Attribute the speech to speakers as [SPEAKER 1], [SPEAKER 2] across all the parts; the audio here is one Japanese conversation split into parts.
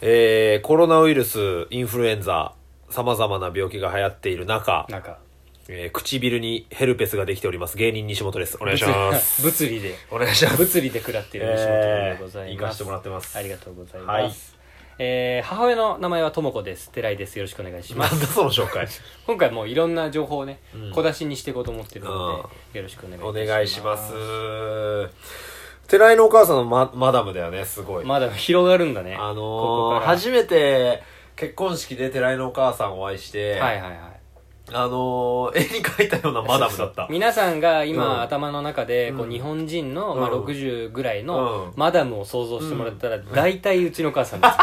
[SPEAKER 1] えーコロナウイルス、インフルエンザ、様々な病気が流行っている中、
[SPEAKER 2] なんか
[SPEAKER 1] えー唇にヘルペスができております。芸人西本です。お願いします。
[SPEAKER 2] 物理で
[SPEAKER 1] お願いします。
[SPEAKER 2] 物理で食らっている西本でございます、
[SPEAKER 1] えー行かせてもらってます
[SPEAKER 2] ありがとうございま
[SPEAKER 1] は
[SPEAKER 2] す、
[SPEAKER 1] い
[SPEAKER 2] えー母親の名前はとも子です寺井ですよろしくお願いし
[SPEAKER 1] な
[SPEAKER 2] ま
[SPEAKER 1] ん
[SPEAKER 2] す
[SPEAKER 1] だその紹 介。
[SPEAKER 2] 今回もういろんな情報をね、
[SPEAKER 1] うん
[SPEAKER 2] 小出しにしていこうと思ってるのでよろしくお願いい
[SPEAKER 1] お
[SPEAKER 2] た
[SPEAKER 1] 願いします。寺井のお母さんのママダムだよね、すごい。
[SPEAKER 2] まだ広がるんだね
[SPEAKER 1] あ
[SPEAKER 2] ここ
[SPEAKER 1] のー
[SPEAKER 2] から
[SPEAKER 1] 初めて結婚式で寺井のお母さんをお会いして、
[SPEAKER 2] はいはいはい
[SPEAKER 1] あのー絵に描いたようなマダムだった。
[SPEAKER 2] 皆さんが今、
[SPEAKER 1] うん
[SPEAKER 2] 頭の中で
[SPEAKER 1] う
[SPEAKER 2] こうん日本人の、まあ、
[SPEAKER 1] うん
[SPEAKER 2] 60ぐらいの、
[SPEAKER 1] うん
[SPEAKER 2] マダムを想像してもらったら、大体うちのお母さ んです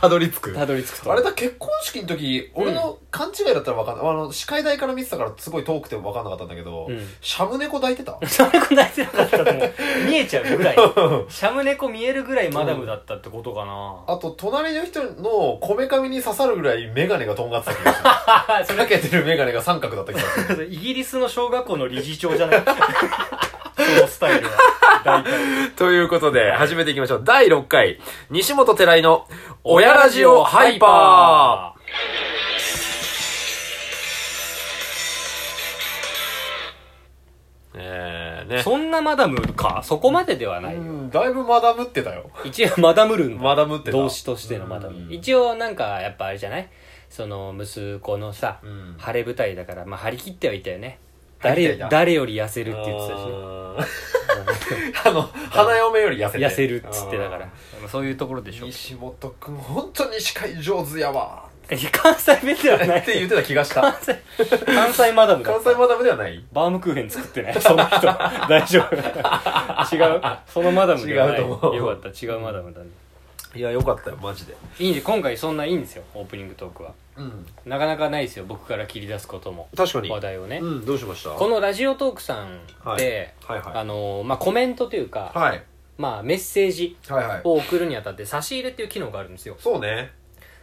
[SPEAKER 1] たどり着く。
[SPEAKER 2] たどり着くと
[SPEAKER 1] あれだ、結婚式の時、俺の勘違いだったら分かんない。あの、司会台から見てたからすごい遠くて分かんなかったんだけど、
[SPEAKER 2] うん
[SPEAKER 1] シャム猫抱いてた
[SPEAKER 2] それこないてなかったと思う見えちゃう ぐらいシャム猫見えるぐらいマダムだったってことかな、
[SPEAKER 1] あと、隣の人のこめかみに刺さるぐらいメガネがとんがってた気がする。
[SPEAKER 2] そ
[SPEAKER 1] かけてるメガネが三角だった気がする。
[SPEAKER 2] れイギリスの小学校の理事長じゃないそのスタイルは大体
[SPEAKER 1] ということで、始めていきましょう。第6回、西本寺井の
[SPEAKER 2] 親ラジオハイパ
[SPEAKER 1] ーえー
[SPEAKER 2] ー
[SPEAKER 1] ね。
[SPEAKER 2] そんなマダムかそこまでではない、
[SPEAKER 1] うん、だいぶマダムってたよ。
[SPEAKER 2] 一応マダムるんだ
[SPEAKER 1] マダムってた
[SPEAKER 2] 動詞としてのマダム、
[SPEAKER 1] うん
[SPEAKER 2] 一応なんかやっぱあれじゃないその息子のさ、
[SPEAKER 1] うん
[SPEAKER 2] 晴れ舞台だからまあ張り切ってはいたよね
[SPEAKER 1] 張り切って
[SPEAKER 2] 誰
[SPEAKER 1] はいた
[SPEAKER 2] 誰より痩せるって言ってたしね
[SPEAKER 1] しね。あの、花嫁より痩せて
[SPEAKER 2] 痩せるっつってだからそういうところでしょ
[SPEAKER 1] 西本くん、本当に司会上手やわ。
[SPEAKER 2] 関西弁ではない
[SPEAKER 1] って言ってた気がした。
[SPEAKER 2] 関西関西マダムだ
[SPEAKER 1] 関西マダムではない
[SPEAKER 2] バームクーヘン作ってないその人大丈夫違うそのマダムではない
[SPEAKER 1] 違うと思う
[SPEAKER 2] よかった違うマダムだね
[SPEAKER 1] いや、よかったよ、マジで。
[SPEAKER 2] いいんで今回そんないいんですよオープニングトークは
[SPEAKER 1] うん。
[SPEAKER 2] なかなかないですよ僕から切り出すことも
[SPEAKER 1] 確かに。
[SPEAKER 2] 話題をね、
[SPEAKER 1] うん、どうしました
[SPEAKER 2] このラジオトークさんで、
[SPEAKER 1] はいはいはい
[SPEAKER 2] あのーまあ、コメントというか、
[SPEAKER 1] はい。
[SPEAKER 2] まあ、メッセージ
[SPEAKER 1] はいはい。
[SPEAKER 2] を送るにあたって差し入れっていう機能があるんですよ
[SPEAKER 1] そうね。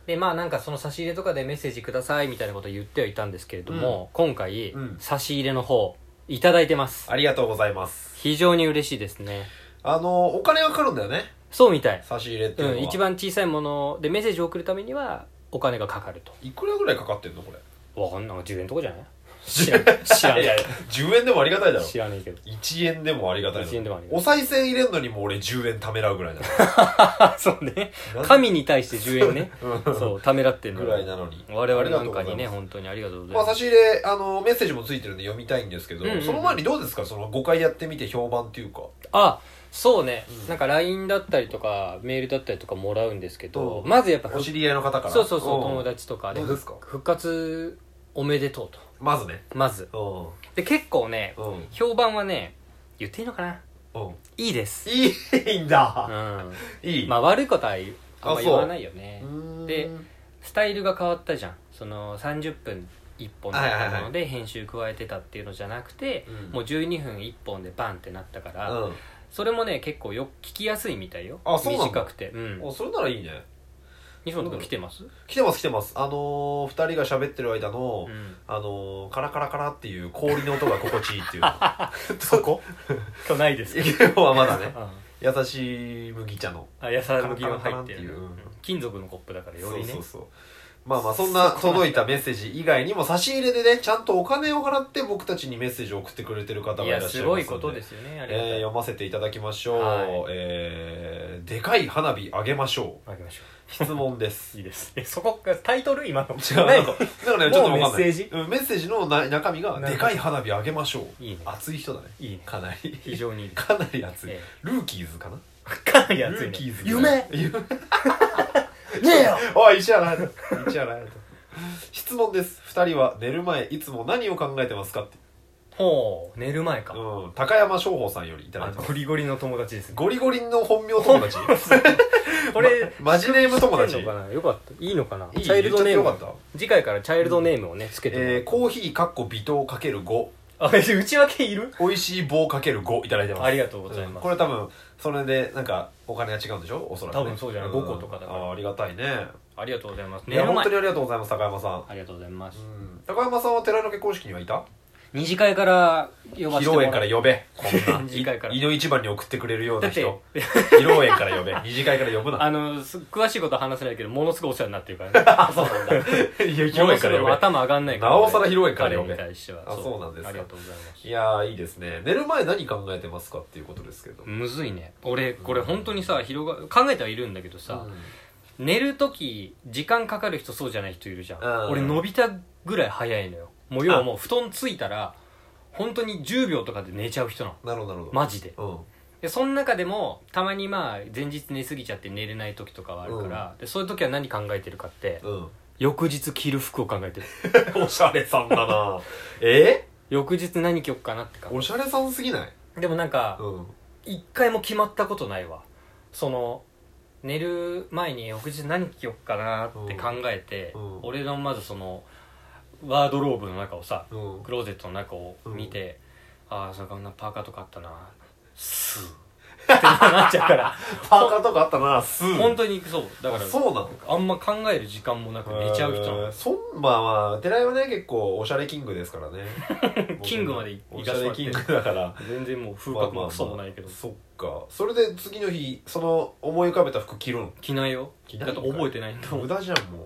[SPEAKER 2] でまあなんかその差し入れとかでメッセージくださいみたいなことを言ってはいたんですけれども、今回、
[SPEAKER 1] うん
[SPEAKER 2] 差し入れの方いただいてます
[SPEAKER 1] ありがとうございます。
[SPEAKER 2] 非常に嬉しいですね
[SPEAKER 1] あの、お金がかかるんだよね。
[SPEAKER 2] そうみたい、
[SPEAKER 1] 差し入れっていう
[SPEAKER 2] う
[SPEAKER 1] のは。
[SPEAKER 2] ん、一。番小さいものでメッセージを送るためにはお金がかかると
[SPEAKER 1] いくらぐらいかかってんのこれ。
[SPEAKER 2] わかんない10円とかじゃない知 らん知ら
[SPEAKER 1] いやい
[SPEAKER 2] ね
[SPEAKER 1] や、10円でもありがたいだろ。
[SPEAKER 2] 知らねえけ ど
[SPEAKER 1] 1円でもありがたいの
[SPEAKER 2] 一円でもありがた
[SPEAKER 1] お賽銭入れんのにもう俺10円ためらうぐらいな
[SPEAKER 2] あそうね
[SPEAKER 1] の
[SPEAKER 2] 神に対して10円ね
[SPEAKER 1] うん
[SPEAKER 2] そうためらってんの
[SPEAKER 1] ぐらいなのに
[SPEAKER 2] 我々なんかに
[SPEAKER 1] あ
[SPEAKER 2] ね
[SPEAKER 1] りがとうございます
[SPEAKER 2] 本当にありがとうござい
[SPEAKER 1] ま
[SPEAKER 2] ま
[SPEAKER 1] あ
[SPEAKER 2] す、
[SPEAKER 1] 差し入れあのメッセージもついてるんで読みたいんですけど、
[SPEAKER 2] うんうんうん
[SPEAKER 1] その前にどうですかその5回やってみて評判っていうか
[SPEAKER 2] あそうね、
[SPEAKER 1] うん
[SPEAKER 2] なんか LINE だったりとかメールだったりとかもらうんですけど、
[SPEAKER 1] うん
[SPEAKER 2] まずやっぱ
[SPEAKER 1] お知り合いの方から
[SPEAKER 2] そうそうそ
[SPEAKER 1] ん
[SPEAKER 2] う友達とかで
[SPEAKER 1] どうですか
[SPEAKER 2] 復活おめでとうと
[SPEAKER 1] まずね
[SPEAKER 2] まず
[SPEAKER 1] うん
[SPEAKER 2] で結構ね
[SPEAKER 1] うん
[SPEAKER 2] 評判はね言っていいのかな
[SPEAKER 1] うん
[SPEAKER 2] いいです
[SPEAKER 1] いいん
[SPEAKER 2] う
[SPEAKER 1] だ、
[SPEAKER 2] ん
[SPEAKER 1] いい、
[SPEAKER 2] まあ悪いことは言うあんま
[SPEAKER 1] あそう
[SPEAKER 2] 言わないよね
[SPEAKER 1] うーん
[SPEAKER 2] でスタイルが変わったじゃんその30分1本だった
[SPEAKER 1] はいはい
[SPEAKER 2] も
[SPEAKER 1] は
[SPEAKER 2] の
[SPEAKER 1] い
[SPEAKER 2] で編集加えてたっていうのじゃなくて、
[SPEAKER 1] うん
[SPEAKER 2] もう12分1本でバンってなったから、
[SPEAKER 1] うん
[SPEAKER 2] それもね結構よ聞きやすいみたいよ
[SPEAKER 1] あそうなんだ
[SPEAKER 2] 短くてうん
[SPEAKER 1] おそれならいいね
[SPEAKER 2] 西本君来てます、
[SPEAKER 1] 来てます来てますあのー、2人が喋ってる間の、
[SPEAKER 2] うん
[SPEAKER 1] あのー、カラカラカラっていう氷の音が心地いい っていう
[SPEAKER 2] そこ 今日ないです けど
[SPEAKER 1] 今日はまだね
[SPEAKER 2] あ
[SPEAKER 1] 優しい麦茶の
[SPEAKER 2] あ野菜麦が入って
[SPEAKER 1] カラカラカラってい
[SPEAKER 2] る
[SPEAKER 1] ううん
[SPEAKER 2] 金属のコップだからより
[SPEAKER 1] そう
[SPEAKER 2] ね
[SPEAKER 1] そうそうまあまあそんな届いたメッセージ以外にも差し入れでねちゃんとお金を払って僕たちにメッセージを送ってくれてる方が
[SPEAKER 2] い
[SPEAKER 1] いらっ
[SPEAKER 2] や
[SPEAKER 1] しゃいます
[SPEAKER 2] すごいことですすよねあ
[SPEAKER 1] え
[SPEAKER 2] りがとう
[SPEAKER 1] ー、読ませていただきましょう、
[SPEAKER 2] はい
[SPEAKER 1] えー、でかい花火あげましょう
[SPEAKER 2] あげましょ
[SPEAKER 1] 質問で
[SPEAKER 2] う
[SPEAKER 1] す
[SPEAKER 2] いいですえそこがタイトル今の
[SPEAKER 1] 違うなんかなんかねちょっとわかんない
[SPEAKER 2] もうメッセージ
[SPEAKER 1] うん、メッセージのな中身が「でかい花火あげましょう」
[SPEAKER 2] いいね
[SPEAKER 1] 熱い人だね
[SPEAKER 2] いいね
[SPEAKER 1] かな
[SPEAKER 2] 非
[SPEAKER 1] り
[SPEAKER 2] 常にいいです
[SPEAKER 1] かなり熱い、
[SPEAKER 2] え
[SPEAKER 1] ルーキーズかな
[SPEAKER 2] かなり熱
[SPEAKER 1] ル
[SPEAKER 2] い
[SPEAKER 1] ー
[SPEAKER 2] ね
[SPEAKER 1] キーズ
[SPEAKER 2] 夢ね
[SPEAKER 1] 夢
[SPEAKER 2] えよ
[SPEAKER 1] おい石原隼人石原隼人質問です2人は寝る前いつも何を考えてますかって、
[SPEAKER 2] ほう寝る前か
[SPEAKER 1] うん、高山翔吾さんよりいただ
[SPEAKER 2] あ
[SPEAKER 1] いてます
[SPEAKER 2] ゴリゴリの友達ですね
[SPEAKER 1] ゴリゴリの本名友 達
[SPEAKER 2] これ
[SPEAKER 1] マジネーム友達
[SPEAKER 2] 知ってんのかなよかったいいのかない
[SPEAKER 1] い
[SPEAKER 2] チャイルドネー
[SPEAKER 1] 言っちゃってよ
[SPEAKER 2] ム
[SPEAKER 1] かった
[SPEAKER 2] 次回からチャイルドネームをねつけてもらう
[SPEAKER 1] えー、コーヒーかっこ微糖かける5
[SPEAKER 2] あえ内訳いる
[SPEAKER 1] 美味しい棒かける5いただいてます
[SPEAKER 2] ありがとうございます
[SPEAKER 1] んこれ多分それでなんかお金が違うんでしょおそらく、ね、
[SPEAKER 2] 多分そうじゃない
[SPEAKER 1] ん
[SPEAKER 2] 5個とかだから
[SPEAKER 1] あーありがたいね
[SPEAKER 2] ありがとうございます
[SPEAKER 1] い
[SPEAKER 2] 寝
[SPEAKER 1] や
[SPEAKER 2] る
[SPEAKER 1] 本
[SPEAKER 2] 前
[SPEAKER 1] 当にありがとうございます高山さん、
[SPEAKER 2] ありがとうございます
[SPEAKER 1] うん、高山さんは寺の結婚式にはいた
[SPEAKER 2] 二次会から呼
[SPEAKER 1] 披
[SPEAKER 2] ばせ
[SPEAKER 1] 露
[SPEAKER 2] てもら
[SPEAKER 1] 宴から呼べこん
[SPEAKER 2] 二次会か
[SPEAKER 1] な
[SPEAKER 2] ら
[SPEAKER 1] い胃の一番に送ってくれるよう
[SPEAKER 2] だ
[SPEAKER 1] な
[SPEAKER 2] って
[SPEAKER 1] 人披露宴から呼べ二次会から呼 ぶな
[SPEAKER 2] あのす詳しいことは話せないけどものすごいお世話になってるからね
[SPEAKER 1] あそうなんだいや披露
[SPEAKER 2] もの
[SPEAKER 1] 宴
[SPEAKER 2] す
[SPEAKER 1] か
[SPEAKER 2] ご
[SPEAKER 1] ら
[SPEAKER 2] い
[SPEAKER 1] 呼
[SPEAKER 2] 頭上がんないから
[SPEAKER 1] なおさら披露宴から呼べ
[SPEAKER 2] 彼に対しては
[SPEAKER 1] あそうなんですか
[SPEAKER 2] ありがとうございます
[SPEAKER 1] べいやーいいですね寝る前何考えてますかっていうことですけど
[SPEAKER 2] むずいね俺これ本当にさ広が考えてはいるんだけどさ、寝る時時間かかる人そうじゃない人いるじゃん、
[SPEAKER 1] うん
[SPEAKER 2] 俺伸びたぐらい早いのよもう要はもう布団ついたら本当に10秒とかで寝ちゃう人なの
[SPEAKER 1] なるほどなるほど
[SPEAKER 2] マジで
[SPEAKER 1] うん
[SPEAKER 2] でその中でもたまにまあ前日寝すぎちゃって寝れない時とかはあるから、でそういう時は何考えてるかって
[SPEAKER 1] うん
[SPEAKER 2] 翌日着る服を考えてる
[SPEAKER 1] おしゃれさんだなえ
[SPEAKER 2] 翌日何着よっかなってか
[SPEAKER 1] おしゃれさんすぎない
[SPEAKER 2] でもなんか
[SPEAKER 1] うん
[SPEAKER 2] 一回も決まったことないわその寝る前に翌日何着よっかなって考えて、
[SPEAKER 1] うんうん
[SPEAKER 2] 俺のまずそのワードローブの中をさ
[SPEAKER 1] うん
[SPEAKER 2] クローゼットの中を見て、ああそれこんなパーカーとかあったなスーってなっちゃうから
[SPEAKER 1] パーカーとかあったなす
[SPEAKER 2] 本当にそうだから
[SPEAKER 1] あそうなの
[SPEAKER 2] あんま考える時間もなく寝ちゃう人なの
[SPEAKER 1] えーそんまあまあ寺井はね結構おしゃれキングですからね
[SPEAKER 2] キングまでい
[SPEAKER 1] おしゃれキングだから
[SPEAKER 2] 全然もう風格もクソもないけど、
[SPEAKER 1] まあまあまあそっかそれで次の日その思い浮かべた服着るの
[SPEAKER 2] 着ないよ
[SPEAKER 1] 着
[SPEAKER 2] だ
[SPEAKER 1] ない
[SPEAKER 2] と覚えてないんだもん
[SPEAKER 1] 無駄じゃんも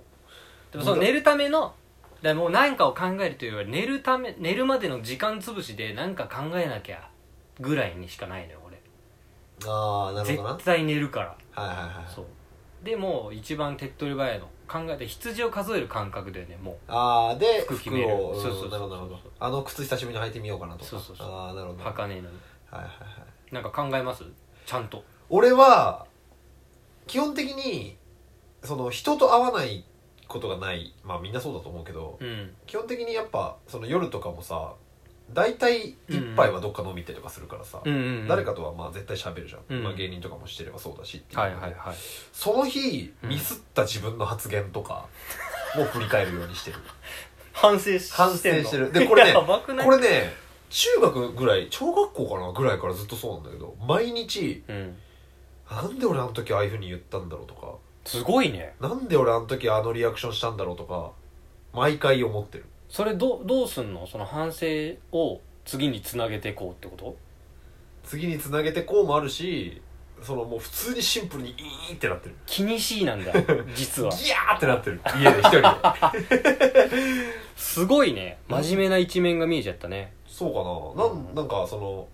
[SPEAKER 1] う
[SPEAKER 2] でもその寝るためのだからもう何かを考えるというより寝るため寝るまでの時間潰しで何か考えなきゃぐらいにしかないのよ俺
[SPEAKER 1] ああな
[SPEAKER 2] 絶対寝るから
[SPEAKER 1] はいはいはい
[SPEAKER 2] そうでもう一番手っ取り早いの考えて羊を数える感覚だよねも
[SPEAKER 1] ああで
[SPEAKER 2] 服決める
[SPEAKER 1] ん
[SPEAKER 2] そうそうそうそう
[SPEAKER 1] あの靴久しぶりに履いてみようかな
[SPEAKER 2] そうそうそう
[SPEAKER 1] ああなるほ
[SPEAKER 2] う履かねえのに
[SPEAKER 1] はいはいはい
[SPEAKER 2] なんか考えますちゃんと
[SPEAKER 1] 俺は基本的にその人と会わないことがないまあみんなそうだと思うけど
[SPEAKER 2] うん
[SPEAKER 1] 基本的にやっぱその夜とかもさ大体一杯はどっか飲み行ったりとかするからさ、
[SPEAKER 2] うんうん、うん、
[SPEAKER 1] 誰かとはまあ絶対喋るじゃん、
[SPEAKER 2] うん
[SPEAKER 1] まあ、芸人とかもしてればそうだしっていう
[SPEAKER 2] はいはいはい
[SPEAKER 1] その日
[SPEAKER 2] うん
[SPEAKER 1] ミスった自分の発言とかも振り返るようにしてる
[SPEAKER 2] 反省し
[SPEAKER 1] 反省してるでこれね
[SPEAKER 2] やばく ない
[SPEAKER 1] これね中学ぐらい小学校かなぐらいからずっとそうなんだけど毎日
[SPEAKER 2] うん
[SPEAKER 1] なんで俺あの時ああいうふうに言ったんだろうとか
[SPEAKER 2] すごいね
[SPEAKER 1] なんで俺あの時あのリアクションしたんだろうとか毎回思ってる
[SPEAKER 2] それどうどうすんのその反省を次につなげていこうってこと
[SPEAKER 1] 次につなげてこうもあるしそのもう普通にシンプルにイーってなってる
[SPEAKER 2] 気にしいな んだ実は
[SPEAKER 1] ギャーってなってる家で一人で
[SPEAKER 2] すごいね真面目な一面が見えちゃったね
[SPEAKER 1] そうかななんなんかその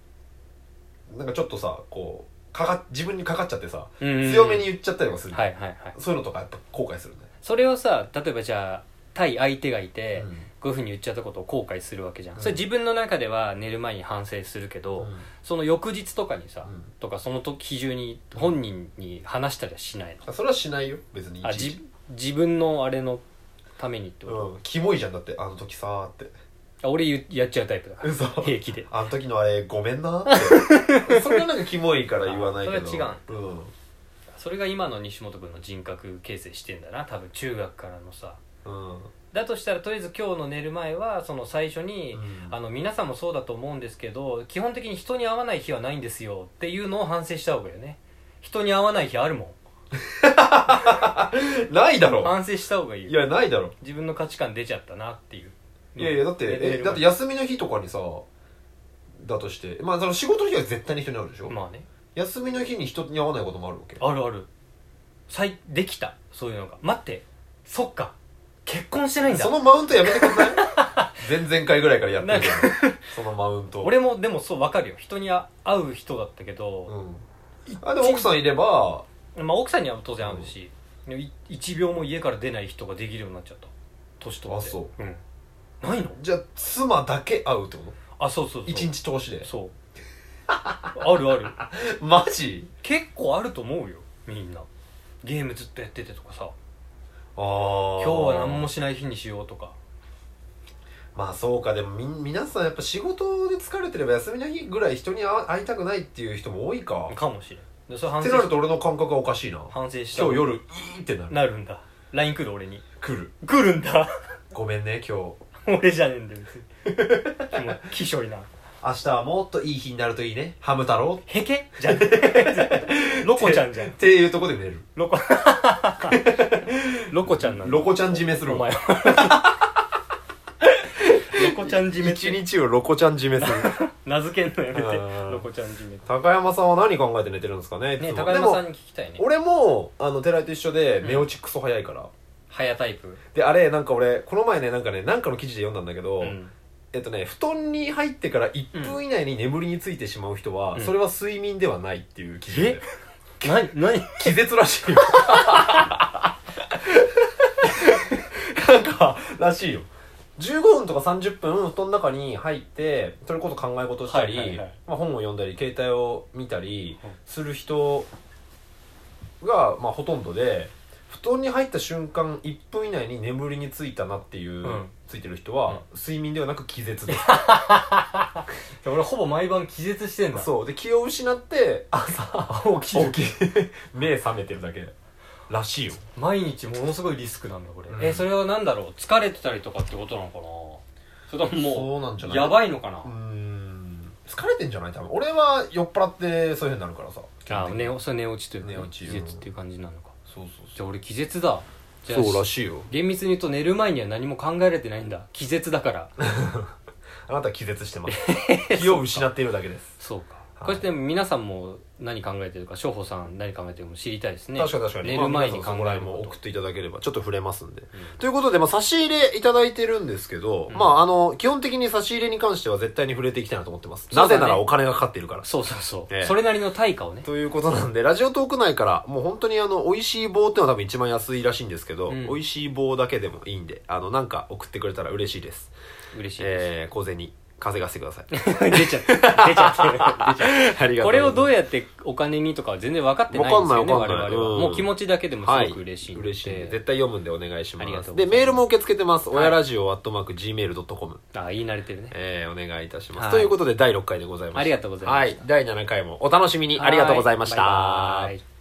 [SPEAKER 1] なんかちょっとさこうかか自分にかかっちゃってさ強
[SPEAKER 2] 強
[SPEAKER 1] めに言っちゃったりもする、
[SPEAKER 2] はいはいはい
[SPEAKER 1] そういうのとかやっぱ後悔するね、
[SPEAKER 2] それをさ例えばじゃあ対相手がいて、
[SPEAKER 1] うん
[SPEAKER 2] こういうふうに言っちゃったことを後悔するわけじゃん、
[SPEAKER 1] うん
[SPEAKER 2] それ自分の中では寝る前に反省するけど、
[SPEAKER 1] うん
[SPEAKER 2] その翌日とかにさ、
[SPEAKER 1] うん
[SPEAKER 2] とかその時中に本人に話したりはしないの、
[SPEAKER 1] あそれはしないよ別に
[SPEAKER 2] あ
[SPEAKER 1] いちい
[SPEAKER 2] じ
[SPEAKER 1] ち
[SPEAKER 2] 自分のあれのためにってこと、
[SPEAKER 1] うんキモいじゃんだってあの時さー って
[SPEAKER 2] あ俺言うやっちゃうタイプだから
[SPEAKER 1] 嘘
[SPEAKER 2] 平気で
[SPEAKER 1] あの時のあれごめんなーって それはなんかキモいから言わないけど
[SPEAKER 2] あそれは
[SPEAKER 1] 違う、うん
[SPEAKER 2] それが今の西本君の人格形成してんだな多分中学からのさ
[SPEAKER 1] うん
[SPEAKER 2] だとしたらとりあえず今日の寝る前はその最初に、あの皆さんもそうだと思うんですけど基本的に人に会わない日はないんですよっていうのを反省した方がいいよね人に会わない日あるも
[SPEAKER 1] ないだ
[SPEAKER 2] ん
[SPEAKER 1] ろ
[SPEAKER 2] 反省した方がいい
[SPEAKER 1] い
[SPEAKER 2] よ
[SPEAKER 1] やないだろ
[SPEAKER 2] 自分の価値観出ちゃったなっていう
[SPEAKER 1] いやいやだって
[SPEAKER 2] 寝
[SPEAKER 1] え
[SPEAKER 2] る前
[SPEAKER 1] だって休みの日とかにさだとしてまあその仕事の日は絶対に人に会うでしょ、
[SPEAKER 2] まあね
[SPEAKER 1] 休みの日に人に会わないこともあるわけ
[SPEAKER 2] あるある最できたそういうのが待ってそっか結婚してないんだ
[SPEAKER 1] そのマウントやめてくん ない前々回ぐらいからやってるからそのマウント
[SPEAKER 2] 俺もでもそう分かるよ人にあ会う人だったけ
[SPEAKER 1] う
[SPEAKER 2] ど、
[SPEAKER 1] んあでも奥さんいれば
[SPEAKER 2] まあ、奥さんには当然会うし、でもい一1秒も家から出ない人ができるようになっちゃった年取って、
[SPEAKER 1] あそう
[SPEAKER 2] ん、ないの
[SPEAKER 1] じゃあ妻だけ会うってこと
[SPEAKER 2] あそうそうそう
[SPEAKER 1] 一日通しで
[SPEAKER 2] そう あるある
[SPEAKER 1] マジ
[SPEAKER 2] 結構あると思うよみんなゲームずっとやっててとかさ
[SPEAKER 1] ああ
[SPEAKER 2] 今日は何もしない日にしようとか
[SPEAKER 1] まあそうかでもみ皆さんやっぱ仕事で疲れてれば休みの日ぐらい人に会会いたくないっていう人も多いか
[SPEAKER 2] かもしれんでそれ反
[SPEAKER 1] って
[SPEAKER 2] 省
[SPEAKER 1] なる
[SPEAKER 2] し
[SPEAKER 1] と俺の感覚がおかしいな
[SPEAKER 2] 反省した
[SPEAKER 1] 今日夜いーってなる
[SPEAKER 2] なるんだ LINE 来る俺に
[SPEAKER 1] 来る
[SPEAKER 2] 来るんだ
[SPEAKER 1] ごめんね今日
[SPEAKER 2] 俺じゃねえんだ よ別にもうきしょいな
[SPEAKER 1] 明日はもっといい日になるといいねハム太郎
[SPEAKER 2] へけじゃんロコちゃんじゃ
[SPEAKER 1] っ
[SPEAKER 2] ん
[SPEAKER 1] ていうとこで寝る
[SPEAKER 2] ロコロコちゃんなんだ
[SPEAKER 1] ロコちゃん締めする
[SPEAKER 2] お
[SPEAKER 1] わ
[SPEAKER 2] 前は ロコちゃん締め
[SPEAKER 1] 一日をロコちゃん締めする
[SPEAKER 2] 名付けんのやめて
[SPEAKER 1] うん
[SPEAKER 2] ロコちゃん締めて
[SPEAKER 1] 高山さんは何考えて寝てるんですかねいつも
[SPEAKER 2] ね高山さんに聞きたいね
[SPEAKER 1] でも俺もあの寺井と一緒で
[SPEAKER 2] うん
[SPEAKER 1] 目落ちクソ早いから、
[SPEAKER 2] 早タイプ
[SPEAKER 1] であれなんか俺この前ねなんかねなんかの記事で読んだんだけど、
[SPEAKER 2] うん
[SPEAKER 1] えっとね布団に入ってから1分以内に眠りについてしまう人は、
[SPEAKER 2] うん
[SPEAKER 1] それは睡眠ではないっていう記事
[SPEAKER 2] え
[SPEAKER 1] で
[SPEAKER 2] 何何
[SPEAKER 1] 気絶らしいよなんからしいよ15分とか30分布団の中に入ってそれこそ考え事したり、
[SPEAKER 2] はいはいはい
[SPEAKER 1] まあ、本を読んだり携帯を見たり
[SPEAKER 2] うん
[SPEAKER 1] する人が、まあ、ほとんどで布団に入った瞬間1分以内に眠りについたなっていう、
[SPEAKER 2] うん
[SPEAKER 1] ついてる人は、睡眠ではなく気絶 です
[SPEAKER 2] 俺ほぼ毎晩気絶してんだ
[SPEAKER 1] そうで気を失って朝起きる 目覚めてるだけらしいよ
[SPEAKER 2] 毎日ものすごいリスクなんだこれ、
[SPEAKER 1] うん
[SPEAKER 2] えそれは何だろう疲れてたりとかってことなのかなそれともも
[SPEAKER 1] うなんじゃ
[SPEAKER 2] う
[SPEAKER 1] ない
[SPEAKER 2] やばいのかな
[SPEAKER 1] うーん疲れてんじゃない多分俺は酔っ払ってそういうふうになるからさ
[SPEAKER 2] ああ、ね、それ寝落ちというか
[SPEAKER 1] 寝落ち
[SPEAKER 2] 気絶っていう感じなのか
[SPEAKER 1] そうそう
[SPEAKER 2] じ
[SPEAKER 1] そ
[SPEAKER 2] ゃ
[SPEAKER 1] う
[SPEAKER 2] あ俺気絶だじゃあ
[SPEAKER 1] そうらしいよ
[SPEAKER 2] 厳密に言うと寝る前には何も考えれてないんだ気絶だから
[SPEAKER 1] あなた気絶してます 気を失っているだけです、
[SPEAKER 2] そうか、
[SPEAKER 1] はい
[SPEAKER 2] こうやって皆さんも何考えてるか翔保さん何考えてるかも知りたいですね
[SPEAKER 1] 確かに確かに
[SPEAKER 2] 寝る前に
[SPEAKER 1] ま
[SPEAKER 2] 考
[SPEAKER 1] あ皆さんそこら
[SPEAKER 2] える
[SPEAKER 1] 辺も
[SPEAKER 2] こ
[SPEAKER 1] 送っていただければちょっと触れますんで
[SPEAKER 2] と、
[SPEAKER 1] ということで、まあ、差し入れいただいてるんですけど、
[SPEAKER 2] うん
[SPEAKER 1] まああの基本的に差し入れに関しては絶対に触れていきたいなと思ってます、
[SPEAKER 2] そうだ
[SPEAKER 1] な
[SPEAKER 2] ね
[SPEAKER 1] ぜならお金がかかっているから
[SPEAKER 2] そうそうそう、
[SPEAKER 1] ええ
[SPEAKER 2] それなりの対価をね
[SPEAKER 1] ということなんで、ラジオトーク内から、もう本当にあの、美味しい棒ってのは多分一番安いらしいんですけど、
[SPEAKER 2] うん
[SPEAKER 1] 美味しい棒だけでもいいんで、あの、なんか送ってくれたら嬉しいです。
[SPEAKER 2] 嬉しいです、
[SPEAKER 1] えー、小銭、稼がせてく ださい。
[SPEAKER 2] 出ちゃって出ちゃって出ちゃって
[SPEAKER 1] ありがとうございます
[SPEAKER 2] これをどうやってお金にとかは全然分かってないんですよね
[SPEAKER 1] わかんないわかんな
[SPEAKER 2] 我
[SPEAKER 1] い
[SPEAKER 2] 々は、
[SPEAKER 1] うん
[SPEAKER 2] もう気持ちだけでも
[SPEAKER 1] は
[SPEAKER 2] す
[SPEAKER 1] い
[SPEAKER 2] ごく嬉しいので、
[SPEAKER 1] 嬉しいんで絶対読むんでお願いしま
[SPEAKER 2] ありがと
[SPEAKER 1] す
[SPEAKER 2] うご
[SPEAKER 1] で
[SPEAKER 2] ざいます
[SPEAKER 1] メールも受け付けてます、
[SPEAKER 2] はい
[SPEAKER 1] 親ラジオアットマーク Gmail.com
[SPEAKER 2] あ言い慣れてるね
[SPEAKER 1] えー、お願いいたします、
[SPEAKER 2] はい
[SPEAKER 1] ということで第6回でございました
[SPEAKER 2] ありがとうございました
[SPEAKER 1] はい、第7回もお楽しみにありがとうございました
[SPEAKER 2] はバイバイ